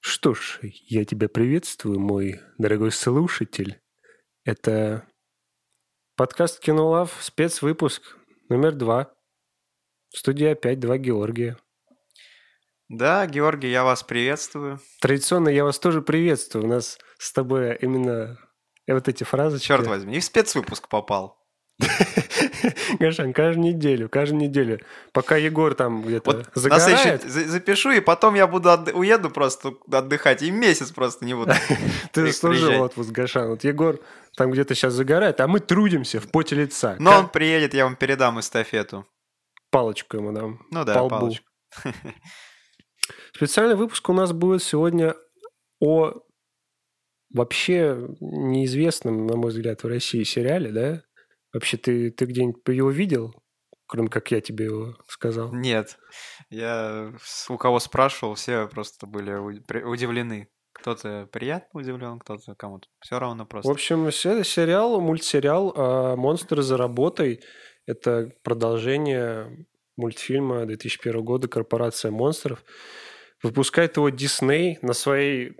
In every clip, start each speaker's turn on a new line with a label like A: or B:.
A: что ж, я тебя приветствую, мой дорогой слушатель. Это подкаст «Кинолав», спецвыпуск номер два. Студия опять два Георгия.
B: Да, Георгий, я вас приветствую.
A: Традиционно я вас тоже приветствую. У нас с тобой именно вот эти фразы.
B: Черт возьми, и в спецвыпуск попал.
A: Гошан, каждую неделю, каждую неделю. Пока Егор там где-то
B: Вот нас еще
A: загорает,
B: за- запишу, и потом я буду отд- уеду просто отдыхать, и месяц просто не буду.
A: ты
B: при-
A: заслужил
B: приезжай.
A: отпуск, Гошан. Вот Егор там где-то сейчас загорает, а мы трудимся в поте лица.
B: Но
A: Ка-
B: он приедет, я вам передам эстафету.
A: Палочку ему дам.
B: Ну да,
A: по лбу.
B: палочку.
A: Специальный выпуск у нас будет сегодня о вообще неизвестном, на мой взгляд, в России сериале, да? Вообще, ты, ты где-нибудь его видел, кроме как я тебе его сказал?
B: Нет, я с- у кого спрашивал, все просто были у- при- удивлены. Кто-то приятно удивлен, кто-то кому-то все равно
A: В
B: просто.
A: общем, се- сериал, мультсериал а, «Монстры за работой» — это продолжение мультфильма 2001 года «Корпорация монстров». Выпускает его Disney на своей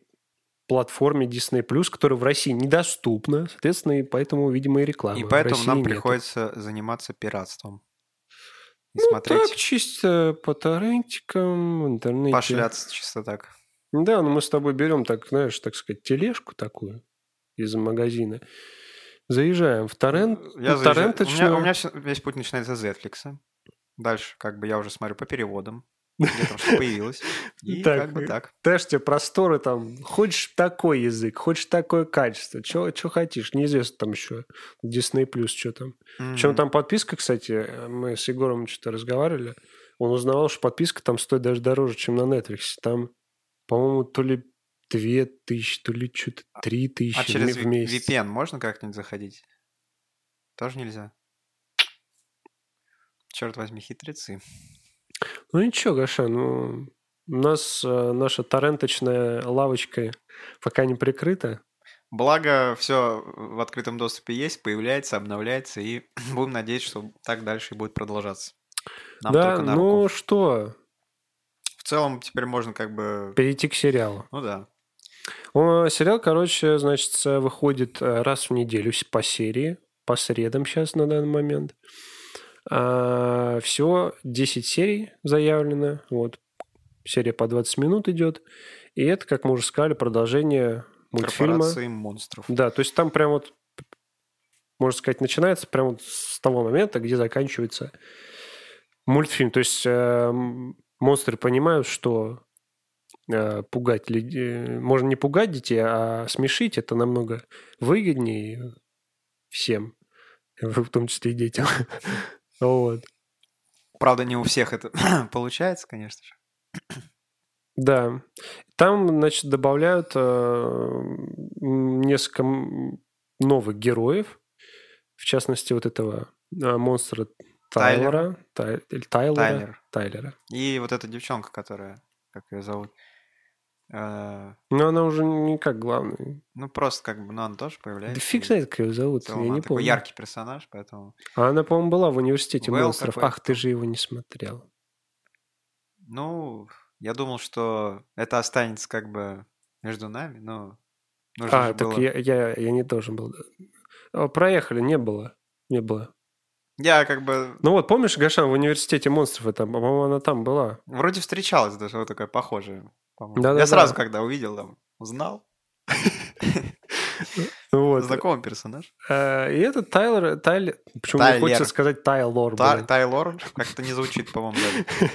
A: платформе Disney+, которая в России недоступна, соответственно, и поэтому, видимо, и реклама.
B: И
A: в
B: поэтому
A: России
B: нам
A: нет.
B: приходится заниматься пиратством. И
A: Ну, так,
B: смотреть,
A: чисто по торрентикам, в интернете.
B: пошляться чисто так.
A: Да, но мы с тобой берем, так, знаешь, так сказать, тележку такую из магазина. Заезжаем в торрент.
B: Э, Я
A: ну,
B: заезжаю-
A: торренточную.
B: У меня, у меня всё- весь путь начинается с Netflix. Дальше, как бы я уже смотрю по переводам, где там что появилось. И
A: Так,
B: как бы так.
A: Знаешь, тебе просторы там, хочешь такой язык, хочешь такое качество, что хочешь, неизвестно там еще, Disney+, плюс что там. Причем
B: Мгм.
A: там подписка, кстати, мы с Егором что-то разговаривали, он узнавал, что подписка там стоит даже дороже, чем на Netflix. Там, по-моему, то ли две тысячи, то ли что-то три тысячи
B: А через
A: в
B: ви-
A: месяц.
B: VPN можно как-нибудь заходить? Тоже нельзя. Черт возьми, хитрецы.
A: Ну ничего, Гаша, ну у нас э, наша торренточная лавочка пока не прикрыта.
B: Благо, все в открытом доступе есть, появляется, обновляется, и будем надеяться, что так дальше и будет продолжаться. Нам
A: да,
B: только на руку.
A: ну что,
B: В целом, теперь можно как бы...
A: перейти к сериалу.
B: Ну да.
A: О, Сериал, короче, значит, э, выходит э, раз в неделю с- по серии, по средам сейчас на данный момент. А, Всего 10 серий заявлено. Вот. Серия по 20 минут идет. И это, как мы уже сказали, продолжение мультфильма.
B: Корпорации монстров.
A: Да, то есть там прям вот, можно сказать, начинается прямо вот с того момента, где заканчивается мультфильм. То есть эм, монстры понимают, что э, пугать людей... Можно не пугать детей, а смешить. Это намного выгоднее всем, в том числе и детям. Вот.
B: Правда, не у всех это получается, конечно же.
A: Да. Там, значит, добавляют э, м, несколько м, новых героев. В частности, вот этого э, монстра Тайлера.
B: Тайлера.
A: Тай- или Тайлера. Тайлера.
B: Тайлер. И вот эта девчонка, которая, как ее зовут, э,
A: Но она уже не как главный.
B: ну просто как бы, ну она тоже
A: Да
B: появляется.
A: фиг
B: и
A: знает, как ее
B: в
A: зовут,
B: целом
A: я
B: она
A: не
B: такой
A: помню.
B: яркий персонаж, поэтому...
A: А она, по-моему, была в университете
B: Уэлл
A: монстров.
B: какой-то
A: Ах, ты же его не смотрел.
B: Ну, я думал, что это останется как бы между нами, но... нужно
A: А,
B: же
A: так
B: было-
A: я, я, я не должен был. А, Проехали, не было. Не было.
B: Я как бы...
A: Ну вот, помнишь, Гашан в университете монстров, это, по-моему, она там была.
B: Вроде встречалась даже вот такая похожая, по-моему.
A: Да-да-да.
B: Я сразу, когда увидел, там, узнал.
A: Ну Вот.
B: Знакомый персонаж.
A: Э, И это Тайлер... Тайл... Почему мне
B: Тайлер.
A: хочется сказать Тайлор?
B: Та-
A: блин.
B: Тайлор как-то не звучит, по-моему, даже.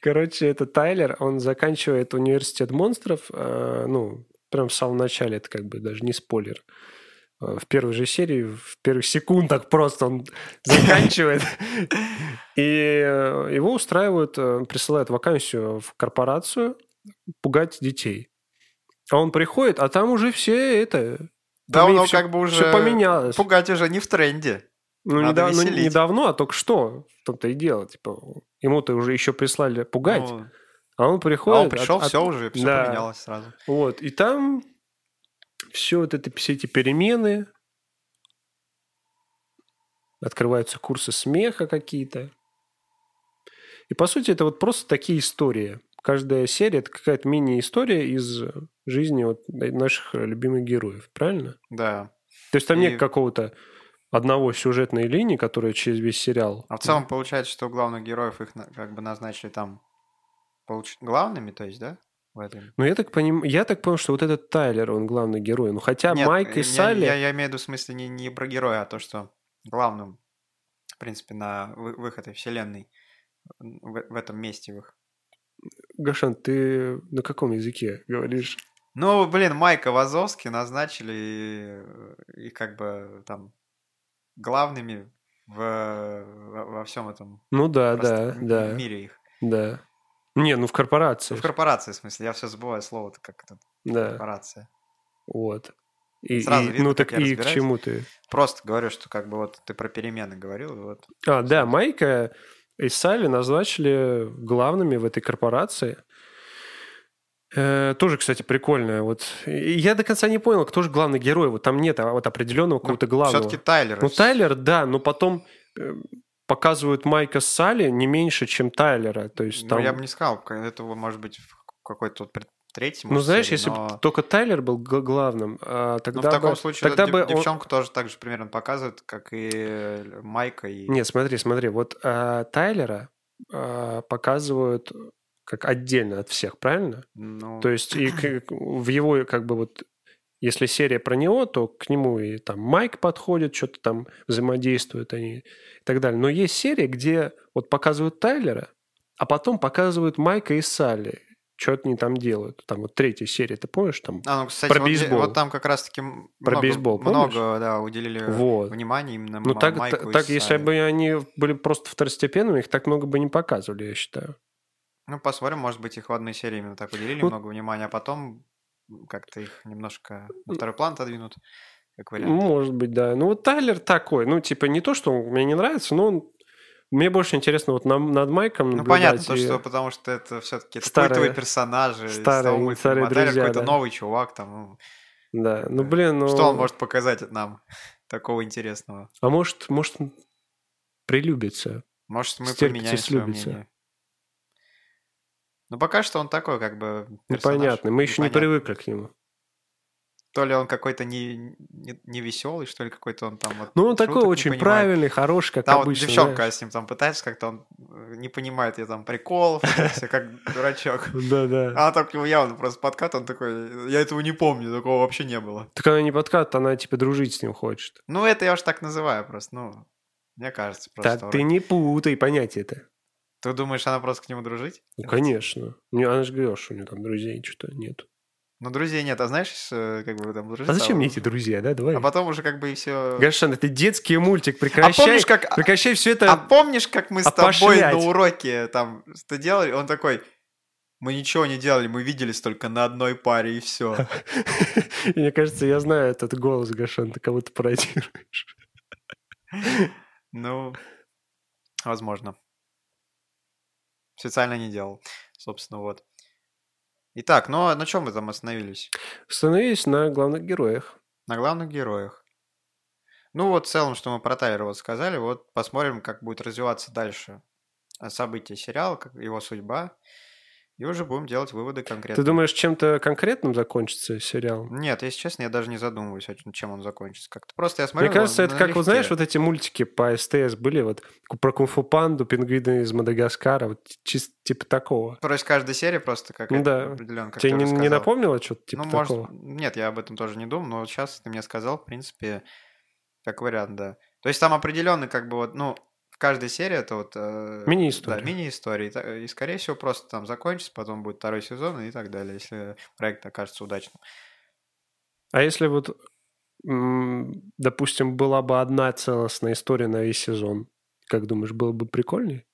A: Короче, это Тайлер, он заканчивает университет монстров, э, ну, прям в самом начале, это как бы даже не спойлер. Э, В первой же серии, в первых секундах просто он заканчивает. И э, его устраивают, э, присылают вакансию в корпорацию пугать детей. А он приходит, а там уже все это...
B: Да,
A: Поме-
B: оно
A: всё-
B: как бы уже...
A: Все поменялось.
B: Пугать уже не в тренде.
A: Ну,
B: Надо
A: недавно, ну,
B: веселить.
A: недавно, а только что. В том-то и дело. Типа, ему-то уже еще прислали пугать,
B: Ну,
A: а он
B: а
A: приходит...
B: он пришел,
A: от- от-
B: все уже, все
A: да.
B: поменялось сразу.
A: Вот, и там все вот это, все эти перемены, открываются курсы смеха какие-то. И, по сути, это вот просто такие истории, каждая серия это какая-то мини-история из жизни вот наших любимых героев, правильно?
B: Да.
A: То есть там
B: И-
A: нет какого-то одного сюжетной линии, которая через весь сериал.
B: А в целом получается, что главных героев их на- как бы назначили там получ- главными, то есть, да? В этом.
A: Ну, я так понимаю, я так понял, что вот этот Тайлер, он главный герой. Ну, хотя
B: Нет,
A: Майк и
B: я-
A: Салли...
B: Я, я имею в виду в смысле не, не про героя, а то, что главным, в принципе, на вы- выход и вселенной в, в этом месте в их.
A: Гошан, ты на каком языке говоришь?
B: Ну, блин, Майка Вазовски назначили э, и, и как бы там главными в, во, во всем этом
A: Ну да,
B: просто
A: да,
B: м-
A: да,
B: мире их.
A: да. Не, ну в корпорации.
B: В корпорации, в смысле, я все забываю слово-то как это
A: Да,
B: корпорация.
A: вот. И,
B: Сразу
A: и-
B: видно,
A: ну
B: как
A: так
B: я
A: и к
B: разбираюсь.
A: чему ты?
B: Просто говорю, что как бы вот ты про перемены говорил, и вот.
A: А, да, Майка и Салли назначили главными в этой корпорации. Э, тоже, кстати, прикольно. Вот и я до конца не понял, кто же главный герой. Вот там нет а, вот
B: Ну,
A: определенного какого-то главного.
B: Все-таки Тайлер.
A: Ну, Тайлер, да, но потом э, показывают Майка с Салли не меньше, чем Тайлера. То есть
B: Ну,
A: там...
B: я бы не сказал, это может быть в какой-то вот пред- третий,
A: Ну,
B: может,
A: знаешь,
B: серии,
A: если бы
B: но-
A: только Тайлер был г- главным, а,
B: но
A: тогда
B: в таком
A: бы,
B: случае
A: тогда
B: дев-
A: бы он-
B: девчонку тоже так же примерно показывают, как и э, Майка и...
A: Нет, смотри, смотри, вот а, Тайлера а, показывают как отдельно от всех, правильно?
B: Ну,
A: То есть и к- в его как бы вот, если серия про него, то к нему и там Майк подходит, что-то там взаимодействуют они и так далее. Но есть серия, где вот показывают Тайлера, а потом показывают Майка и Салли, что-то они там делают. Там вот третья серия, ты помнишь, там
B: А, ну, кстати,
A: Про
B: вот, де-
A: бейсбол.
B: вот там как раз-таки м-
A: Про
B: много,
A: бейсбол, помнишь?
B: много да, уделили
A: Вот.
B: внимания именно
A: Ну,
B: Ма-
A: так,
B: Майку
A: та-
B: и
A: так если
B: Салли.
A: бы они были просто второстепенными, их так много бы не показывали, я считаю.
B: Ну, посмотрим, может быть, их в одной серии именно так уделили
A: Ну-
B: много внимания, а потом как-то их немножко на второй план отодвинут, как вариант.
A: Может быть, да. Ну, вот Тайлер такой. Ну, типа, не то, что он мне не нравится, но он... Мне больше интересно вот нам- над Майком
B: Ну,
A: наблюдать.
B: понятно, то,
A: и-
B: что, потому что это все-таки
A: Старые-
B: культовые персонажи. из
A: старые-
B: того мультфильма.
A: старые
B: А Тайлер
A: друзья,
B: какой-то
A: да.
B: новый чувак там. ну,
A: Да, ну, блин, ну...
B: Что он может показать нам такого интересного?
A: А может, может, он прилюбится.
B: Может, мы
A: Стерпится,
B: поменяем свое
A: слюбится.
B: мнение. Ну, пока что он такой, как бы, персонаж.
A: Непонятно, Ну, мы еще
B: Непонятно.
A: не привыкли к нему.
B: То ли он какой-то не, не, веселый, что ли, какой-то он там... вот
A: Ну, он
B: шуток
A: такой
B: не
A: очень
B: понимает.
A: правильный, хороший, как
B: Там вот
A: обычно.
B: девчонка
A: знаешь.
B: с ним там пытается как-то, он э, не понимает ее там приколов, все как дурачок.
A: Да-да.
B: А там к нему явно просто подкат, он такой, я этого не помню, такого вообще не было.
A: Так она не подкат, она, типа, дружить с ним хочет.
B: Ну, это я уж так называю просто, ну, мне кажется просто.
A: Так ты не путай понятие-то.
B: Ты думаешь, она просто к нему дружить?
A: Ну, конечно. Не, Она же говорила, что у нее там друзей что-то нет.
B: Ну, друзей нет, а знаешь, э, как бы там дружить?
A: А зачем мне эти друзья, да? Давай.
B: А потом уже как бы и все...
A: Гашан, это детский мультик,
B: А
A: прекращай.
B: помнишь, как...
A: Прекращай все это.
B: А помнишь, как мы с тобой
A: опошлять.
B: на уроке там что делали? Он такой, мы ничего не делали, мы виделись только на одной паре и все.
A: Мне кажется, я знаю этот голос, Гашан, ты кого-то пародируешь.
B: Ну, возможно. Специально не делал, собственно, вот. Итак, ну а на чем мы там остановились?
A: Остановились на главных героях.
B: На главных героях. Ну вот в целом, что мы про Тайлера вот сказали, вот посмотрим, как будет развиваться дальше э, события сериала, как его судьба, и уже будем делать выводы конкретно.
A: Ты думаешь, чем-то конкретным закончится сериал?
B: Нет, если честно, я даже не задумываюсь, о чем- чем он закончится. Как-то просто я смотрю. ну,
A: Мне кажется, это как, вот знаешь, вот эти мультики по СТС были, вот про кунг-фу панду, пингвины из Мадагаскара, вот чисто типа такого.
B: То есть каждая серия просто как
A: Ну
B: это
A: да.
B: определенно, как
A: Тебе
B: ты
A: не,
B: уже
A: не
B: сказал.
A: напомнило что-то типа
B: ну,
A: такого?
B: может, нет, я об этом тоже не думал, но вот сейчас ты мне сказал, в принципе, как вариант, да. То есть там определенный, как бы вот, ну, в каждой серии это вот... э,
A: Мини-история.
B: Да, мини-история. И та- И, скорее всего, просто там закончится, потом будет второй сезон и так далее, если проект окажется удачным.
A: А если вот, м, допустим, была бы одна целостная история на весь сезон, как думаешь, было бы прикольнее?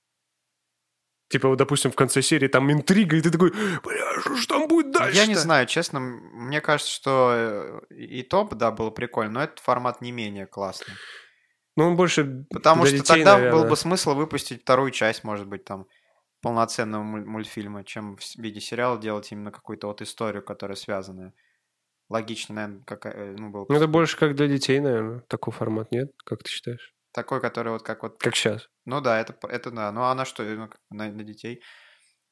A: Типа, вот, допустим, в конце серии там интрига, и ты такой, бля, что ж там будет дальше
B: Ну, я не знаю, честно, м- мне кажется, что э, и топ, да, было прикольно, но этот формат не менее классный.
A: Ну, он больше
B: Потому
A: для
B: что
A: детей,
B: тогда
A: наверное.
B: был бы смысл выпустить вторую часть, может быть, там полноценного муль- мультфильма, чем в с- виде сериала делать именно какую-то вот историю, которая связана. Логично, наверное, какая, ну, был
A: Ну, это больше как для детей, наверное, такой формат, нет? Как ты считаешь?
B: такой, который вот как вот...
A: Как сейчас?
B: Ну да, это, п- это да. Ну а на что? Ну, как бы На, на детей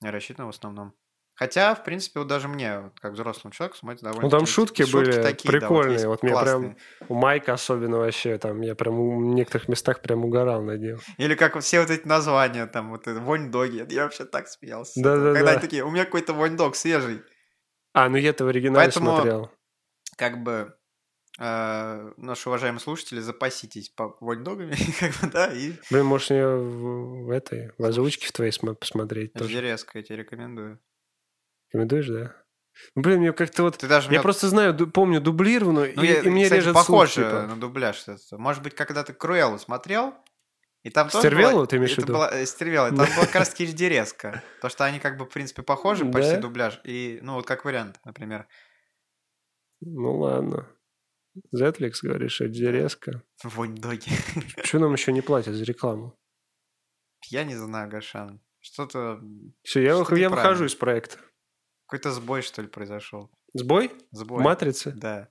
B: рассчитано в основном. Хотя, в принципе, вот даже мне, вот как взрослому человеку, смотреть довольно...
A: Ну, там шутки были прикольные. вот мне прям у Майка особенно вообще, там, я прям в некоторых местах прям угорал над ним.
B: Или как вот все вот эти названия, там, вот это, вонь доги. Я вообще так смеялся. с
A: Да,
B: этого.
A: да,
B: Когда
A: да.
B: они такие, у меня какой-то вонь дог свежий.
A: А, ну я-то в оригинале
B: Поэтому-
A: смотрел.
B: Как бы э, наши уважаемые слушатели, запаситесь по вонь догами, как бы, да, и
A: Блин, может мне в, в этой, в озвучке в твоей смо- посмотреть тоже.
B: резко я тебе рекомендую.
A: Рекомендуешь, да? Ну, Блин, мне как-то вот...
B: Ты даже
A: Я
B: мне-
A: просто знаю, ду- помню дублированную,
B: Ну,
A: и,
B: я-
A: и мне
B: кстати, э.
A: режет слух,
B: похоже
A: типа.
B: на дубляж. это. Может быть, когда ты Круэллу смотрел, и там тоже
A: Стервеллу
B: была-
A: ты имеешь в
B: это
A: виду?
B: была- э, Стервелла. Там была как раз таки резко. То, что они как бы, в принципе, похожи, почти
A: Да?
B: дубляж. И, ну, вот как вариант, например.
A: Ну ладно. Zetlix, говоришь, иди резко.
B: Вонь доги.
A: Что нам еще не платят за рекламу?
B: Я не знаю, Гашан. Что-то... м,
A: Все, я,
B: Что-то
A: вых- я
B: неправильно.
A: выхожу из проекта.
B: Какой-то сбой, что ли, произошел.
A: Сбой?
B: Сбой.
A: Матрицы?
B: Да.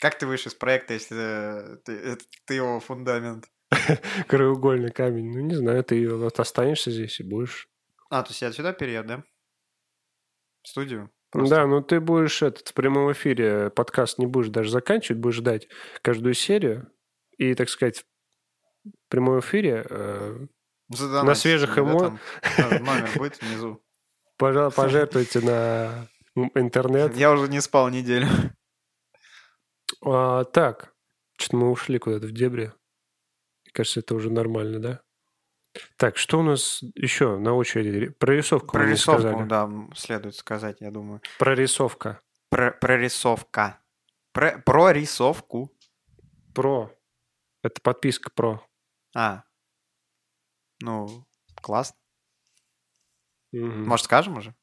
B: Как ты вышел из проекта, если э, ты, это ты его фундамент?
A: Краеугольный камень. Ну, не знаю, ты вот останешься здесь и будешь.
B: А, то есть я отсюда перееду, да? В студию?
A: Да, ну ты будешь этот в прямом эфире подкаст не будешь даже заканчивать, будешь ждать каждую серию. И, так сказать, в прямом эфире, э,
B: Задонатить
A: На свежих
B: себе, да,
A: эмо-
B: там, э, Номер будет внизу.
A: пожа- пожертвуйте на м, интернет.
B: Я уже не спал неделю.
A: А, так, что-то мы ушли куда-то в дебри. Мне кажется, это уже нормально, да? Так, что у нас еще на очереди? Прорисовку мы не
B: Прорисовку,
A: сказали.
B: да, м, следует сказать, я думаю.
A: Прорисовка.
B: Про- Прорисовка. Про- Прорисовку.
A: Про. Это подписка про.
B: А. Ну, классно.
A: Мгм.
B: Может, скажем уже?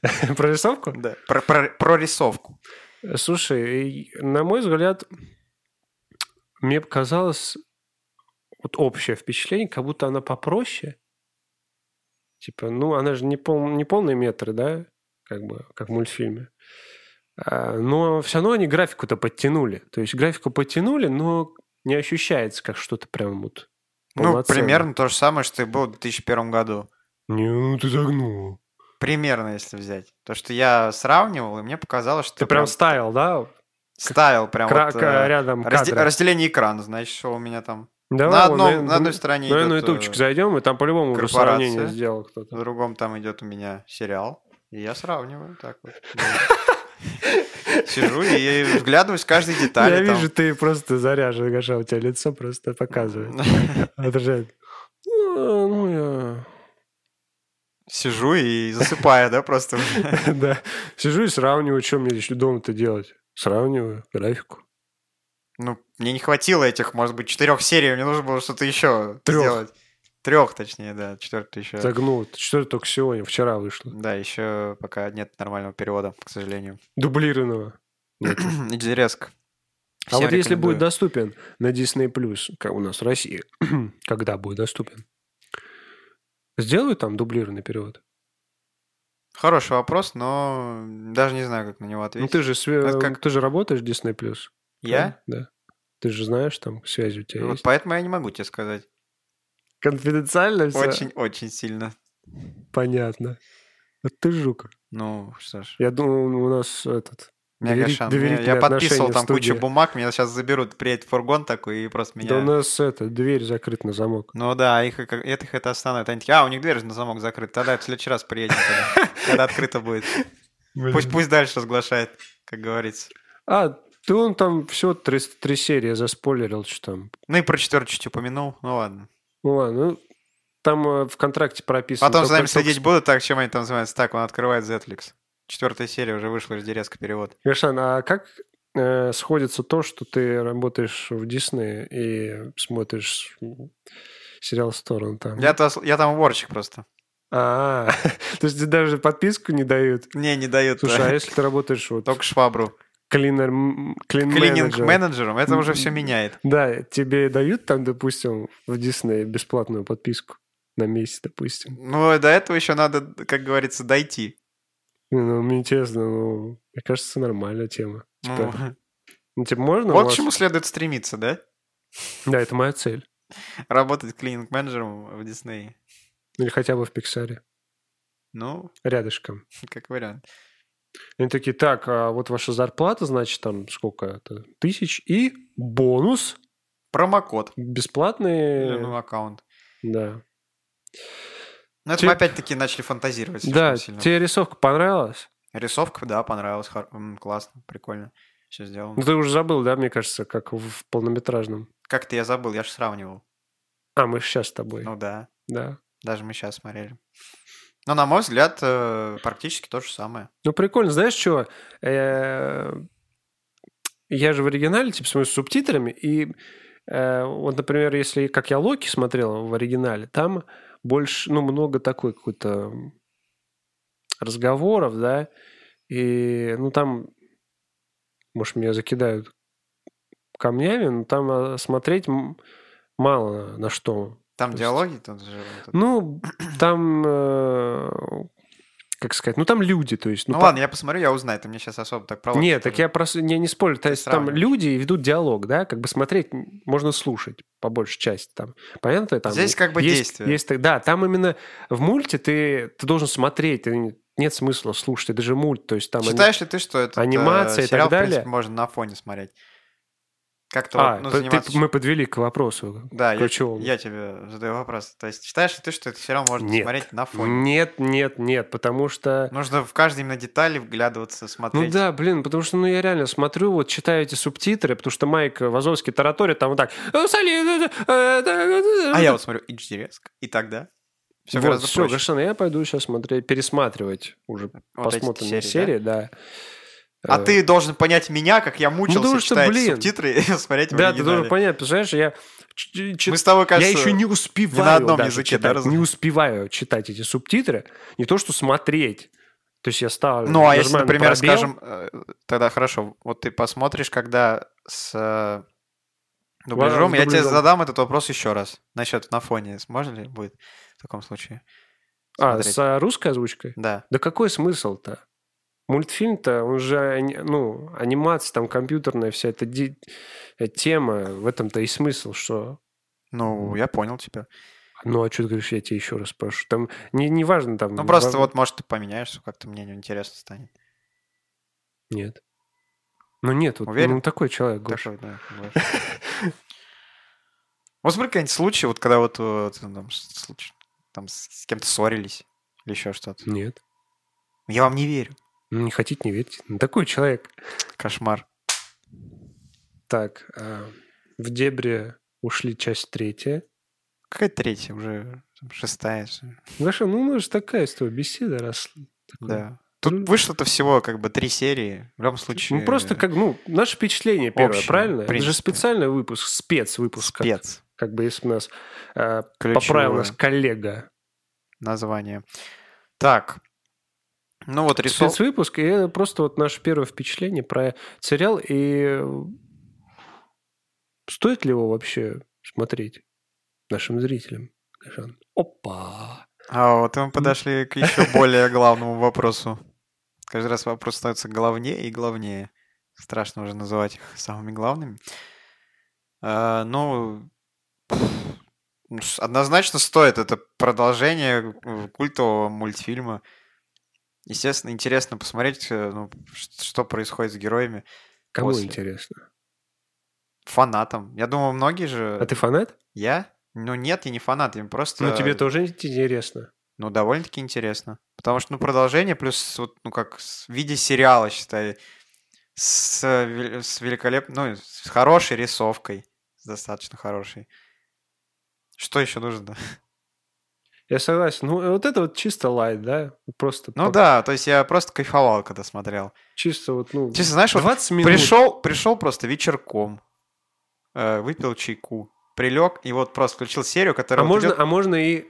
A: Прорисовку?
B: Да. Про- про- Прорисовку.
A: Слушай, и, на мой взгляд, мне показалось вот общее впечатление, как будто она попроще. Типа, ну, она же не, пол, не полные метры, да, как бы, как в мультфильме. А, Но все равно они графику-то подтянули. То есть графику подтянули, но не ощущается как что-то прям вот
B: Ну,
A: полноценное.
B: примерно то же самое, что и было в 2001 году.
A: Не, ну ты загнул.
B: Примерно, если взять. То, что я сравнивал, и мне показалось, что
A: Ты прям ставил, да?
B: ставил прям
A: Кра-
B: вот, э,
A: ка- рядом
B: разде-
A: кадра.
B: разделение экрана, значит, что у меня там
A: Давай вон,
B: на,
A: э,
B: одном-
A: наверно,
B: на одной стороне
A: Давай на
B: идет,
A: ютубчик
B: э,
A: зайдем, и там по-любому уже
B: корпорация.
A: сравнение сделал кто-то.
B: на другом там идет у меня сериал, и я сравниваю так вот. Сижу и взглядываюсь в каждой детали.
A: Я
B: там.
A: вижу, ты просто заряжен, Гаша, у тебя лицо просто показывает, отражает. Ну, ну,
B: Сижу и засыпаю, да, просто. уже.
A: я... да. Сижу и сравниваю, что мне еще дома-то делать. Сравниваю графику.
B: Ну, мне не хватило этих, может быть, четырех серий, мне нужно было что-то еще
A: Трёх.
B: сделать. Трех, точнее, да, четвертый еще.
A: Загнул. Что только сегодня, вчера вышло.
B: Да, еще пока нет нормального перевода, к сожалению.
A: Дублированного. Нет.
B: Иди резко.
A: А вот если будет
B: да.
A: доступен на Disney+, как у нас в России, когда будет доступен, сделают там дублированный перевод?
B: Хороший вопрос, но даже не знаю, как на него
A: Ну
B: ответить.
A: ты же, све-
B: Это как-
A: ты же работаешь в Disney+. Плюс.
B: Я?
A: Да. Ты же знаешь, там связи у тебя
B: Вот
A: есть.
B: поэтому я не могу тебе сказать.
A: Конфиденциально все?
B: Очень-очень сильно.
A: Понятно. Вот ты жук.
B: Ну, что ж.
A: Я думал, у нас этот...
B: Меня,
A: Довери-
B: Гошан,
A: доверительные
B: меня- я подписывал
A: отношения в
B: там кучу
A: студии.
B: бумаг, меня сейчас заберут, приедет фургон такой и просто меня...
A: Да у нас это, дверь закрыта на замок.
B: Ну да, их, и как- это их это остановит. Они такие, а, у них дверь же на замок закрыта, тогда в следующий раз приедем, тогда, когда открыто будет. Пусть, пусть дальше разглашает, как говорится.
A: А, ты он там все три, три серии заспойлерил, что там.
B: Ну и про четверку чуть упомянул, ну ладно.
A: Ну ладно, ну, там э, в контракте прописано.
B: Потом за
A: только-
B: нами следить будут, так, чем они там занимаются. Так, он открывает Zetlix. Четвертая серия уже вышла, жди резко перевод.
A: Гошан, а как э, сходится то, что ты работаешь в Дисней и смотришь м, сериал «Сторон» там?
B: Я, тас- я там уборщик просто.
A: А, то есть тебе даже подписку не дают?
B: Мне не дают э,
A: Слушай, а если ты работаешь вот
B: только швабру.
A: клинер, клин менеджером,
B: Клининг-менеджером, это уже все
A: М.
B: меняет.
A: Да, тебе дают там, допустим, в Дисней бесплатную подписку на месяц, допустим.
B: Ну, до этого еще надо, как говорится, дойти.
A: Не, Ну, мне интересно, ну, мне кажется, нормальная тема.
B: Ну,
A: Типа, ну, типа, можно у
B: вот к
A: вас-
B: чему следует стремиться, да?
A: Да, это моя цель.
B: Работать клининг-менеджером в Диснее.
A: Или хотя бы в Пиксаре.
B: Ну,
A: рядышком.
B: как вариант.
A: Они такие, так, а вот ваша зарплата, значит, там сколько это? Тысяч и бонус
B: Промокод. Или, Ну,
A: бесплатный.
B: аккаунт.
A: Да.
B: Ну, это
A: Те-
B: мы опять-таки начали фантазировать слишком
A: Да,
B: сильно.
A: тебе рисовка понравилась?
B: Рисовка, да, понравилась. хор- м, Классно, прикольно. Все сделано.
A: Ну, ты уже забыл, да, мне кажется, как в полнометражном.
B: Как-то я забыл, я же сравнивал.
A: А, мы сейчас с тобой.
B: Ну да,
A: Да.
B: даже мы сейчас смотрели. Но, на мой взгляд, э, практически то же самое.
A: Ну, прикольно. Знаешь, что? Я же в оригинале, типа, смотрю с субтитрами, и э, вот, например, если, как я Локи смотрел в оригинале, там больше, ну, много такой какой-то м, разговоров, да, и, ну, там, может, меня закидают камнями, но там э, смотреть м- мало на что
B: Там
A: То есть-
B: диалоги, тут же... вот это.
A: Ну, там, э, как сказать, ну там люди, то есть...
B: Ну,
A: по-
B: ладно, я посмотрю, я узнаю. Ты мне сейчас особо так проводишь.
A: Нет, так я просто не, не спорю. То
B: Ты
A: есть там
B: сравниваешь.
A: люди и ведут диалог, да, как бы смотреть м, можно слушать по большей части там. Понятно? Там
B: Здесь как бы
A: есть-
B: действие.
A: Есть, так- да, там именно в мульте ты, ты должен смотреть, ты- нет смысла слушать, это же мульт, то есть там... они-
B: Считаешь ли ты, что это
A: анимация и так
B: сериал, в
A: далее?
B: принципе, можно на фоне смотреть? Как-то
A: А,
B: вот, ну,
A: ты-
B: заниматься...
A: мы подвели к вопросу.
B: Да, я,
A: ключевому.
B: я тебе задаю вопрос. То есть считаешь ли ты, что этот сериал можно
A: Нет.
B: смотреть на фоне?
A: Нет, нет, нет, потому что...
B: Нужно в каждой именно детали вглядываться, смотреть.
A: Ну да, блин, потому что ну я реально смотрю, вот читаю эти субтитры, потому что Майк Вазовский тараторит там вот так. «Э, Соли, э, э, э, э, э».
B: А я вот смотрю HD резк, и тогда все
A: вот,
B: гораздо
A: все,
B: проще.
A: Гошан, я пойду сейчас смотреть, пересматривать уже
B: Вот эти
A: посмотренные
B: серии,
A: серии, да.
B: да? А
A: Э, Ну,
B: ты должен понять меня, как я мучился
A: потому что,
B: читать
A: блин.
B: субтитры и смотреть в
A: Да, ты
B: оригинале.
A: должен понять, представляешь, я... ч- ч-
B: Мы с тобой,
A: Я
B: кажется...
A: еще не
B: ни
A: успеваю
B: на одном
A: даже
B: языке, да,
A: читать,
B: разум-
A: не успеваю читать эти субтитры, не то что смотреть. То есть я ставлю,
B: Ну, а если,
A: нажимаю на
B: например,
A: пробел.
B: скажем, э, тогда хорошо, вот ты посмотришь, когда с э, дубляжом,
A: с
B: я тебе
A: дубляжом.
B: задам этот вопрос еще раз. Насчет на фоне, можно ли будет в таком случае?
A: А,
B: смотреть?
A: с а, русской озвучкой?
B: Да.
A: Да какой смысл-то? Мультфильм-то, он же, ани- ну, анимация, там, компьютерная вся эта ди- э, тема, в этом-то и смысл, что...
B: Ну, я понял тебя.
A: Ну, а что ты говоришь, я тебя еще раз спрошу. Там, не, не важно там...
B: Ну, просто
A: ва-
B: вот, может, ты поменяешься, как-то мне неинтересно станет.
A: Нет. Ну, нет, вот,
B: Уверен?
A: ну, такой человек, Гоша.
B: Такой, да, бывает. Вот смотри, какие-нибудь случаи, вот когда вот э, ты там с- случай- там с с кем-то ссорились или еще что-то.
A: Нет.
B: Я вам не верю.
A: Ну, не хотите, не верьте. Ну, такой человек.
B: Кошмар.
A: Так, а, в дебре ушли часть третья.
B: Какая третья? Уже там, шестая. что ли?
A: Гоша, ну, ну, же такая с тобой беседа, раз... такое.
B: Да. Ну, Тут вышло-то всего как бы три серии. В любом случае...
A: Ну, просто как, ну, наше впечатление первое,
B: Общее,
A: правильно?
B: в
A: Это же
B: принципе.
A: специальный выпуск, спецвыпуск, как-
B: э, спец.
A: как, бы если нас э,
B: Ключевое
A: поправил нас коллега.
B: название. Так. Ну вот рисов...
A: Спецвыпуск, и это просто вот наше первое впечатление про сериал, и э, стоит ли его вообще смотреть нашим зрителям? Жан? Опа!
B: А вот мы подошли к еще более главному вопросу. Каждый раз вопрос становится главнее и главнее. Страшно уже называть их самыми главными. А, ну, ну, с- однозначно стоит. Это продолжение э, культового мультфильма. Естественно, интересно посмотреть, э, ну, ш- что происходит с героями,
A: Кому
B: После.
A: интересно?
B: фанатам. Я думаю, многие же...
A: А ты фанат?
B: Я? Ну нет, я не фанат, им просто...
A: Ну, тебе тоже интересно.
B: Ну, довольно-таки интересно. Потому что, ну, продолжение плюс, вот, ну, как с- в виде сериала, считай, с, э, вел- с великолепной, ну, с хорошей рисовкой, с достаточно хорошей. Что еще нужно?
A: Я согласен. Ну, вот это вот чисто лайт, да? Просто
B: Ну
A: по-
B: да, то есть я просто кайфовал, когда смотрел.
A: чисто вот, ну,
B: Честно, знаешь, вот
A: 20 минут.
B: пришел, пришел просто вечерком, э, выпил чайку, прилег и вот просто включил серию,
A: А
B: которая... вот
A: можно,
B: идет-
A: а можно и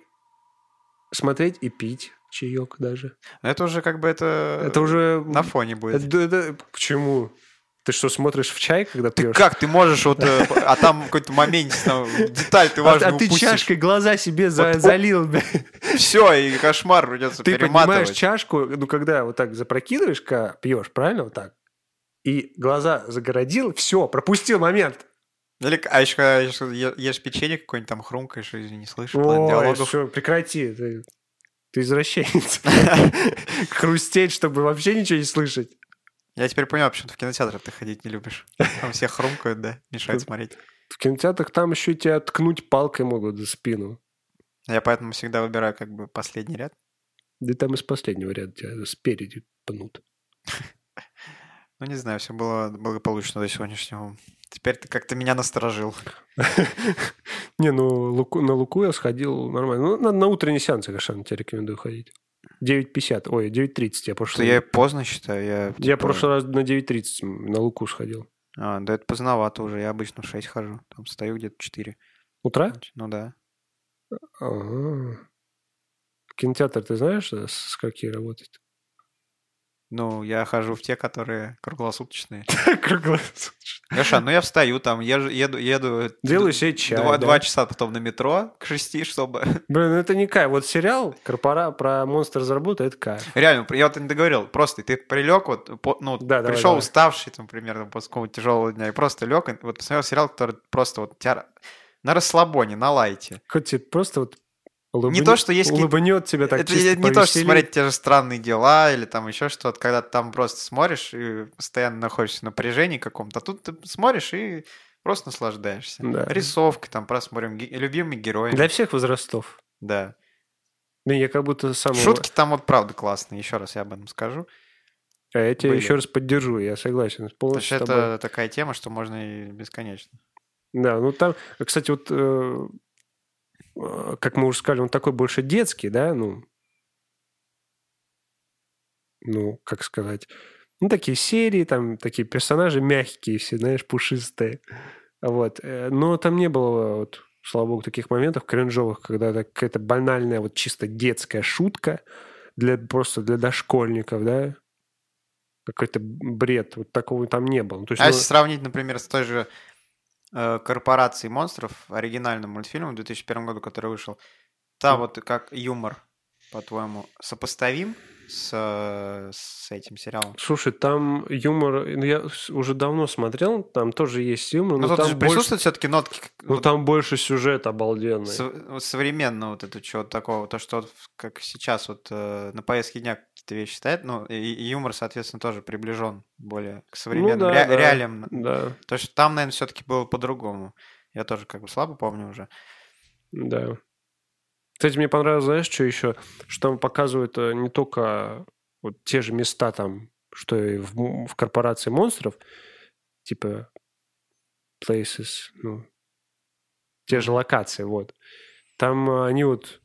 A: смотреть и пить чаек даже.
B: Это уже как бы это...
A: это уже...
B: Э, На фоне будет.
A: Это- это- почему? Ты что, смотришь в чай, когда
B: Ты
A: пьешь?
B: как ты можешь вот... э, А там какой-то момент, там, деталь ты
A: А-
B: важную
A: а, ты чашкой глаза себе за-
B: Вот, оп.
A: залил. бля.
B: Все, и кошмар придется
A: Ты поднимаешь
B: перематывать.
A: чашку, ну, когда вот так запрокидываешь, когда пьешь, правильно, вот так? И глаза загородил, все, пропустил момент.
B: Или, а еще когда ешь, е- ешь печенье какое-нибудь там хрумкаешь и не слышишь план
A: Ой,
B: диалогов.
A: всё, прекрати. Ты, Ты извращенец. Хрустеть, чтобы вообще ничего не слышать.
B: Я теперь понял, почему ты в кинотеатр ты ходить не любишь. Там все хрумкают, да, мешают смотреть.
A: В кинотеатрах там еще тебя ткнуть палкой могут за спину.
B: А Я поэтому всегда выбираю как бы последний ряд.
A: Да там из последнего ряда тебя спереди пнут.
B: Ну, не знаю, все было благополучно до сегодняшнего. Теперь ты как-то меня насторожил.
A: Не, ну Луку- на Луку я сходил нормально. Ну, на- на утренний сеанс я совершенно тебе рекомендую ходить. 9.50, ой, 9.30 я
B: Что
A: прошлый
B: я поздно считаю. Я,
A: Я
B: типа,
A: в прошлый раз на 9.30 на Луку сходил.
B: А, да это поздновато уже. Я обычно в 6 хожу. Там стою где-то в 4.
A: Утра?
B: Ну да.
A: Ага. Кинотеатр, ты знаешь, да, с с какие работает?
B: Ну, я хожу в те, которые круглосуточные.
A: Круглосуточно.
B: Леша, ну я встаю там, еж- еду, еду э,
A: Делаю себе чай.
B: два,
A: да.
B: два часа потом на метро к шести, чтобы...
A: Блин, ну это не кайф. Вот сериал «Корпора» про монстр заработа, это кайф.
B: Реально, я вот не договорил, просто ты прилег, вот, по- ну,
A: Да, давай,
B: пришел
A: давай.
B: уставший, там, примерно, после какого-нибудь тяжелого дня, и просто лег, и вот посмотрел сериал, который просто вот тебя ра- на расслабоне, на лайте.
A: Хоть тебе просто вот улыбнет,
B: то, что есть какие-
A: улыбнет тебя так
B: это
A: чисто
B: не то, что
A: повеселит.
B: смотреть те же странные дела или там еще что-то, когда ты там просто смотришь и постоянно находишься в напряжении каком-то, а тут ты смотришь и просто наслаждаешься.
A: Да.
B: Рисовка, там, просто смотрим ги- любимые герои.
A: Для всех возрастов.
B: Да.
A: Блин, я как будто сам...
B: Шутки там вот правда классные, еще раз я об этом скажу.
A: А я тебя
B: были.
A: еще раз поддержу, я согласен.
B: Потому что
A: Полностью с тобой.
B: это такая тема, что можно и бесконечно.
A: Да, ну там, кстати, вот, э, э, как мы уже сказали, он такой больше детский, да, ну, ну, как сказать, ну, такие серии, там, такие персонажи мягкие все, знаешь, пушистые, вот, э, но там не было, вот, слава богу, таких моментов кринжовых, когда это какая-то банальная, вот, чисто детская шутка для, просто для дошкольников, да, какой-то бред, вот такого там не было. Ну, То есть,
B: А
A: ну,
B: если сравнить, например, с той же э, корпорацией монстров, оригинальным мультфильмом в 2001 году, который вышел, там вот как юмор, по-твоему, сопоставим с, э, с этим сериалом?
A: Слушай, там юмор, ну, я с- уже давно смотрел, там тоже есть юмор,
B: Ну,
A: но,
B: тут
A: там,
B: же
A: больше,
B: присутствует все-таки нотки как-
A: ну
B: вот
A: там больше сюжет обалденный.
B: со- вот современного вот этого чего-то такого, то, что вот в- как сейчас вот э, на повестке дня какие-то вещи стоят, ну, и, и юмор, соответственно, тоже приближен более к современным
A: Ну да,
B: ре-
A: да.
B: реалиям
A: Да,
B: То есть там, наверное, все-таки было по-другому. Я тоже как бы слабо помню уже.
A: да. Кстати, мне понравилось, знаешь, что еще? Что там показывают э, не только вот те же места там, что и в, м- в корпорации монстров, типа places, ну, те же локации, вот. Там э, они вот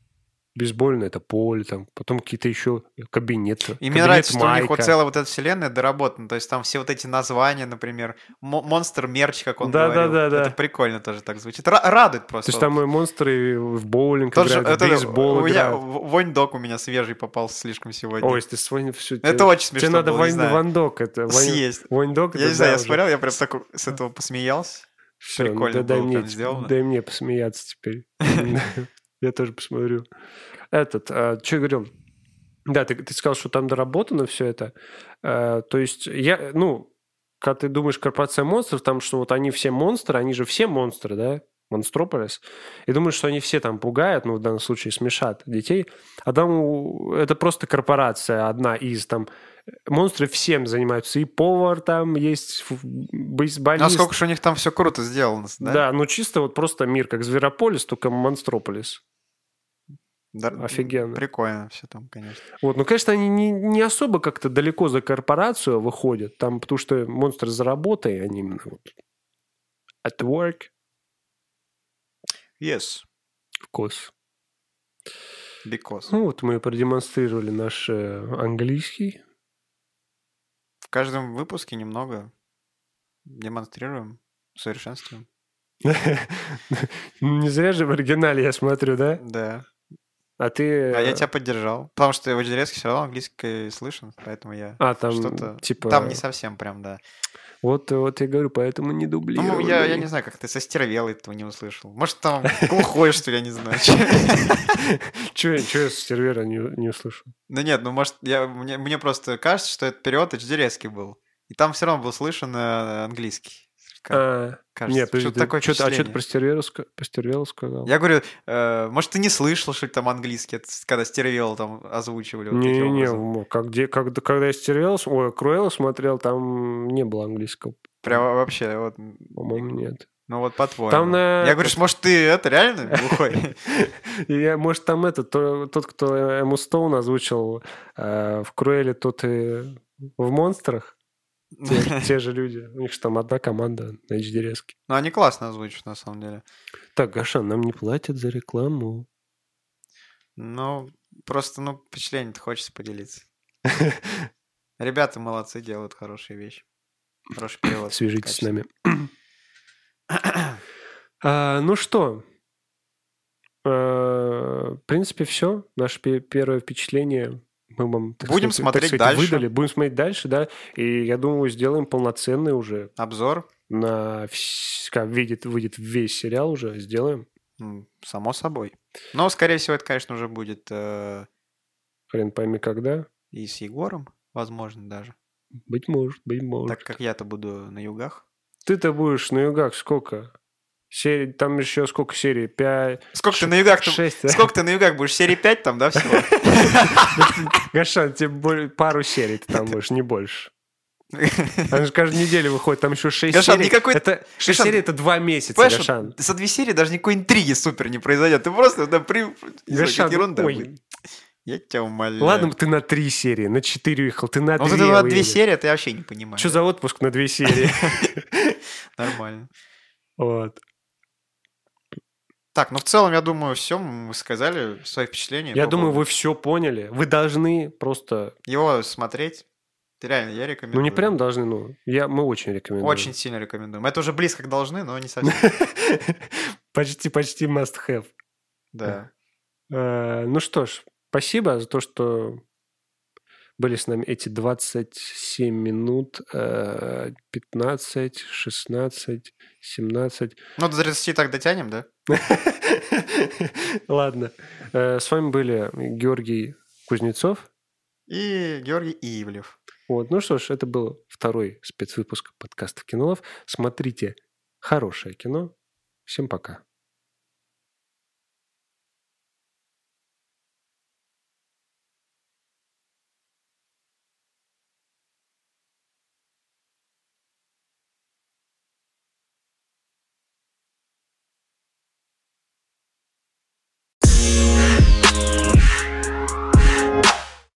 A: бейсбольное, это поле, там, потом какие-то еще кабинеты.
B: И мне
A: кабинет
B: нравится, что у них вот
A: Майка.
B: целая вот эта вселенная доработана. То есть там все вот эти названия, например, мо- монстр мерч, как он
A: Да, да,
B: говорил.
A: да, да.
B: Это прикольно тоже так звучит. Ра- радует просто.
A: То есть там и монстры и в боулинг
B: Тот же-
A: играют,
B: это-
A: в бейсбол
B: у меня
A: играют.
B: в- Войндок у меня свежий попался слишком сегодня.
A: Ой, ты сегодня все...
B: это очень смешно
A: Тебе надо
B: было, не
A: вайн,
B: знаю.
A: вандок это. Вайн,
B: Съесть.
A: вайндок
B: Я
A: это
B: не знаю,
A: да,
B: я
A: уже.
B: смотрел, я прям так с этого посмеялся.
A: Всё, ну
B: прикольно
A: да- дай,
B: было
A: мне,
B: прям сделано.
A: дай мне посмеяться теперь. Я тоже посмотрю. Этот, что я говорил? Да, ты, ты сказал, что там доработано все это. Э, то есть я, ну, когда ты думаешь корпорация монстров, там что вот они все монстры, они же все монстры, да? Монстрополис. И думаешь, что они все там пугают, ну, в данном случае смешат детей. А там у- это просто корпорация одна из там. э, Монстры всем занимаются. И повар там есть, ф- бейсболист.
B: Насколько же а у них там все круто сделано,
A: Да?
B: да?
A: ну чисто вот просто мир, как Зверополис, только Монстрополис.
B: Да,
A: Офигенно.
B: Прикольно все там, конечно.
A: Вот, ну, конечно, они не, не особо как-то далеко за корпорацию выходят, там, потому что монстры за работой, они именно вот at work,
B: Yes,
A: of course.
B: because.
A: Ну, вот мы и продемонстрировали наш э, английский.
B: В каждом выпуске немного демонстрируем, совершенствуем.
A: Не зря же в оригинале я смотрю, да?
B: Да.
A: А ты...
B: А я
A: э,
B: тебя поддержал. Потому что в Дерезке все равно английский слышен, поэтому я...
A: А, там,
B: что-то-
A: типа...
B: Там не совсем прям, да.
A: вот, вот я говорю, поэтому не
B: Ну,
A: дублировали.
B: я, я не знаю, как ты состервелый этого не услышал. Может, там глухой, что ли, я не знаю.
A: Чего я с сервера не, не услышал?
B: Ну нет, ну может, я, мне, мне просто кажется, что этот перевод Дерезки был. И там все равно был слышен э, английский. ка-
A: А,
B: кажется.
A: Нет,
B: Что-то
A: подожди,
B: такое
A: ты чё-то- а что ты
B: впечатление.
A: про стервелу ска- про стервелу сказал?
B: Я говорю, э, может, ты не слышал, что ли, там английский, это с- когда стервел там озвучивали. вот таким
A: Не-не,
B: образом.
A: м, как, где, когда, когда я стервелу, с- ой, Круэллу смотрел, там не было английского,
B: Прям вообще, вот,
A: по-моему, нет.
B: ну вот по-твоему.
A: Там э, на
B: Я говорю, может, ты это реально глухой?
A: И я- может, там это, то- тот, кто Эму Стоун озвучил э, в Круэле, тот и в «Монстрах», те, те же люди. У них же там одна команда на hd
B: Ну, они классно озвучат, на самом деле.
A: Так, Гошан, нам не платят за рекламу.
B: Ну, просто, ну, впечатление-то хочется поделиться. Ребята молодцы, делают хорошие вещи. Хороший перевод.
A: Свяжитесь с
B: качественный.
A: нами. А, ну что, Э, в принципе, все. Наше пе- первое впечатление мы вам, так
B: Будем
A: сказать,
B: смотреть
A: так сказать,
B: дальше.
A: выдали. Будем смотреть дальше, да. И я думаю, сделаем полноценный уже
B: Обзор,
A: на вс- как выйдет, выйдет весь сериал уже, сделаем.
B: м, само собой. Но, скорее всего, это, конечно, уже будет э,
A: Хрен пойми когда.
B: и с Егором, возможно, даже.
A: Быть может, быть может.
B: Так как я-то буду на югах.
A: Ты-то будешь на югах сколько? Серий, там еще сколько серий? Пять,
B: Сколько ты на югах? ты-
A: шесть? да?
B: Сколько ты на югах будешь? Серии 5 там, да, всего?
A: Гошан, тебе более- пару серий ты там будешь, не больше. Она же каждую неделю выходит, там еще шесть
B: Гошан,
A: серий.
B: никакой-
A: Это... Шесть
B: Гошан,
A: серий — это два месяца,
B: Понимаешь,
A: Гошан.
B: вот с одной серии даже никакой интриги супер не произойдет. Ты просто да, при... не знаю,
A: Гошан,
B: какая-то ерунда
A: ой,
B: будет. Я тебя умоляю.
A: ну ладно бы ты на три серии, на четыре уехал, ты на
B: Ну, вот
A: две
B: это вот две серии, это я вообще не понимаю.
A: Что за отпуск на две серии?
B: Нормально.
A: Вот.
B: Так, ну в целом, я думаю, все мы сказали, свои впечатления.
A: Я
B: по
A: думаю, вы
B: поводу.
A: все поняли. Вы должны просто...
B: Его смотреть, ты реально, я рекомендую.
A: Ну, не прям должны, ну, я, мы очень рекомендуем.
B: Очень сильно рекомендуем. Это уже близко к должны, но не совсем.
A: Почти, почти must have.
B: Да.
A: Э, Ну что ж, спасибо за то, что были с нами эти 27 минут, э, 15, 16, 17.
B: Ну, до 30 так дотянем, да?
A: Ладно. Э, С вами были Георгий Кузнецов.
B: И Георгий Ивлев.
A: Вот, ну что ж, это был второй спецвыпуск подкаста «Кинолов». Смотрите хорошее кино. Всем пока.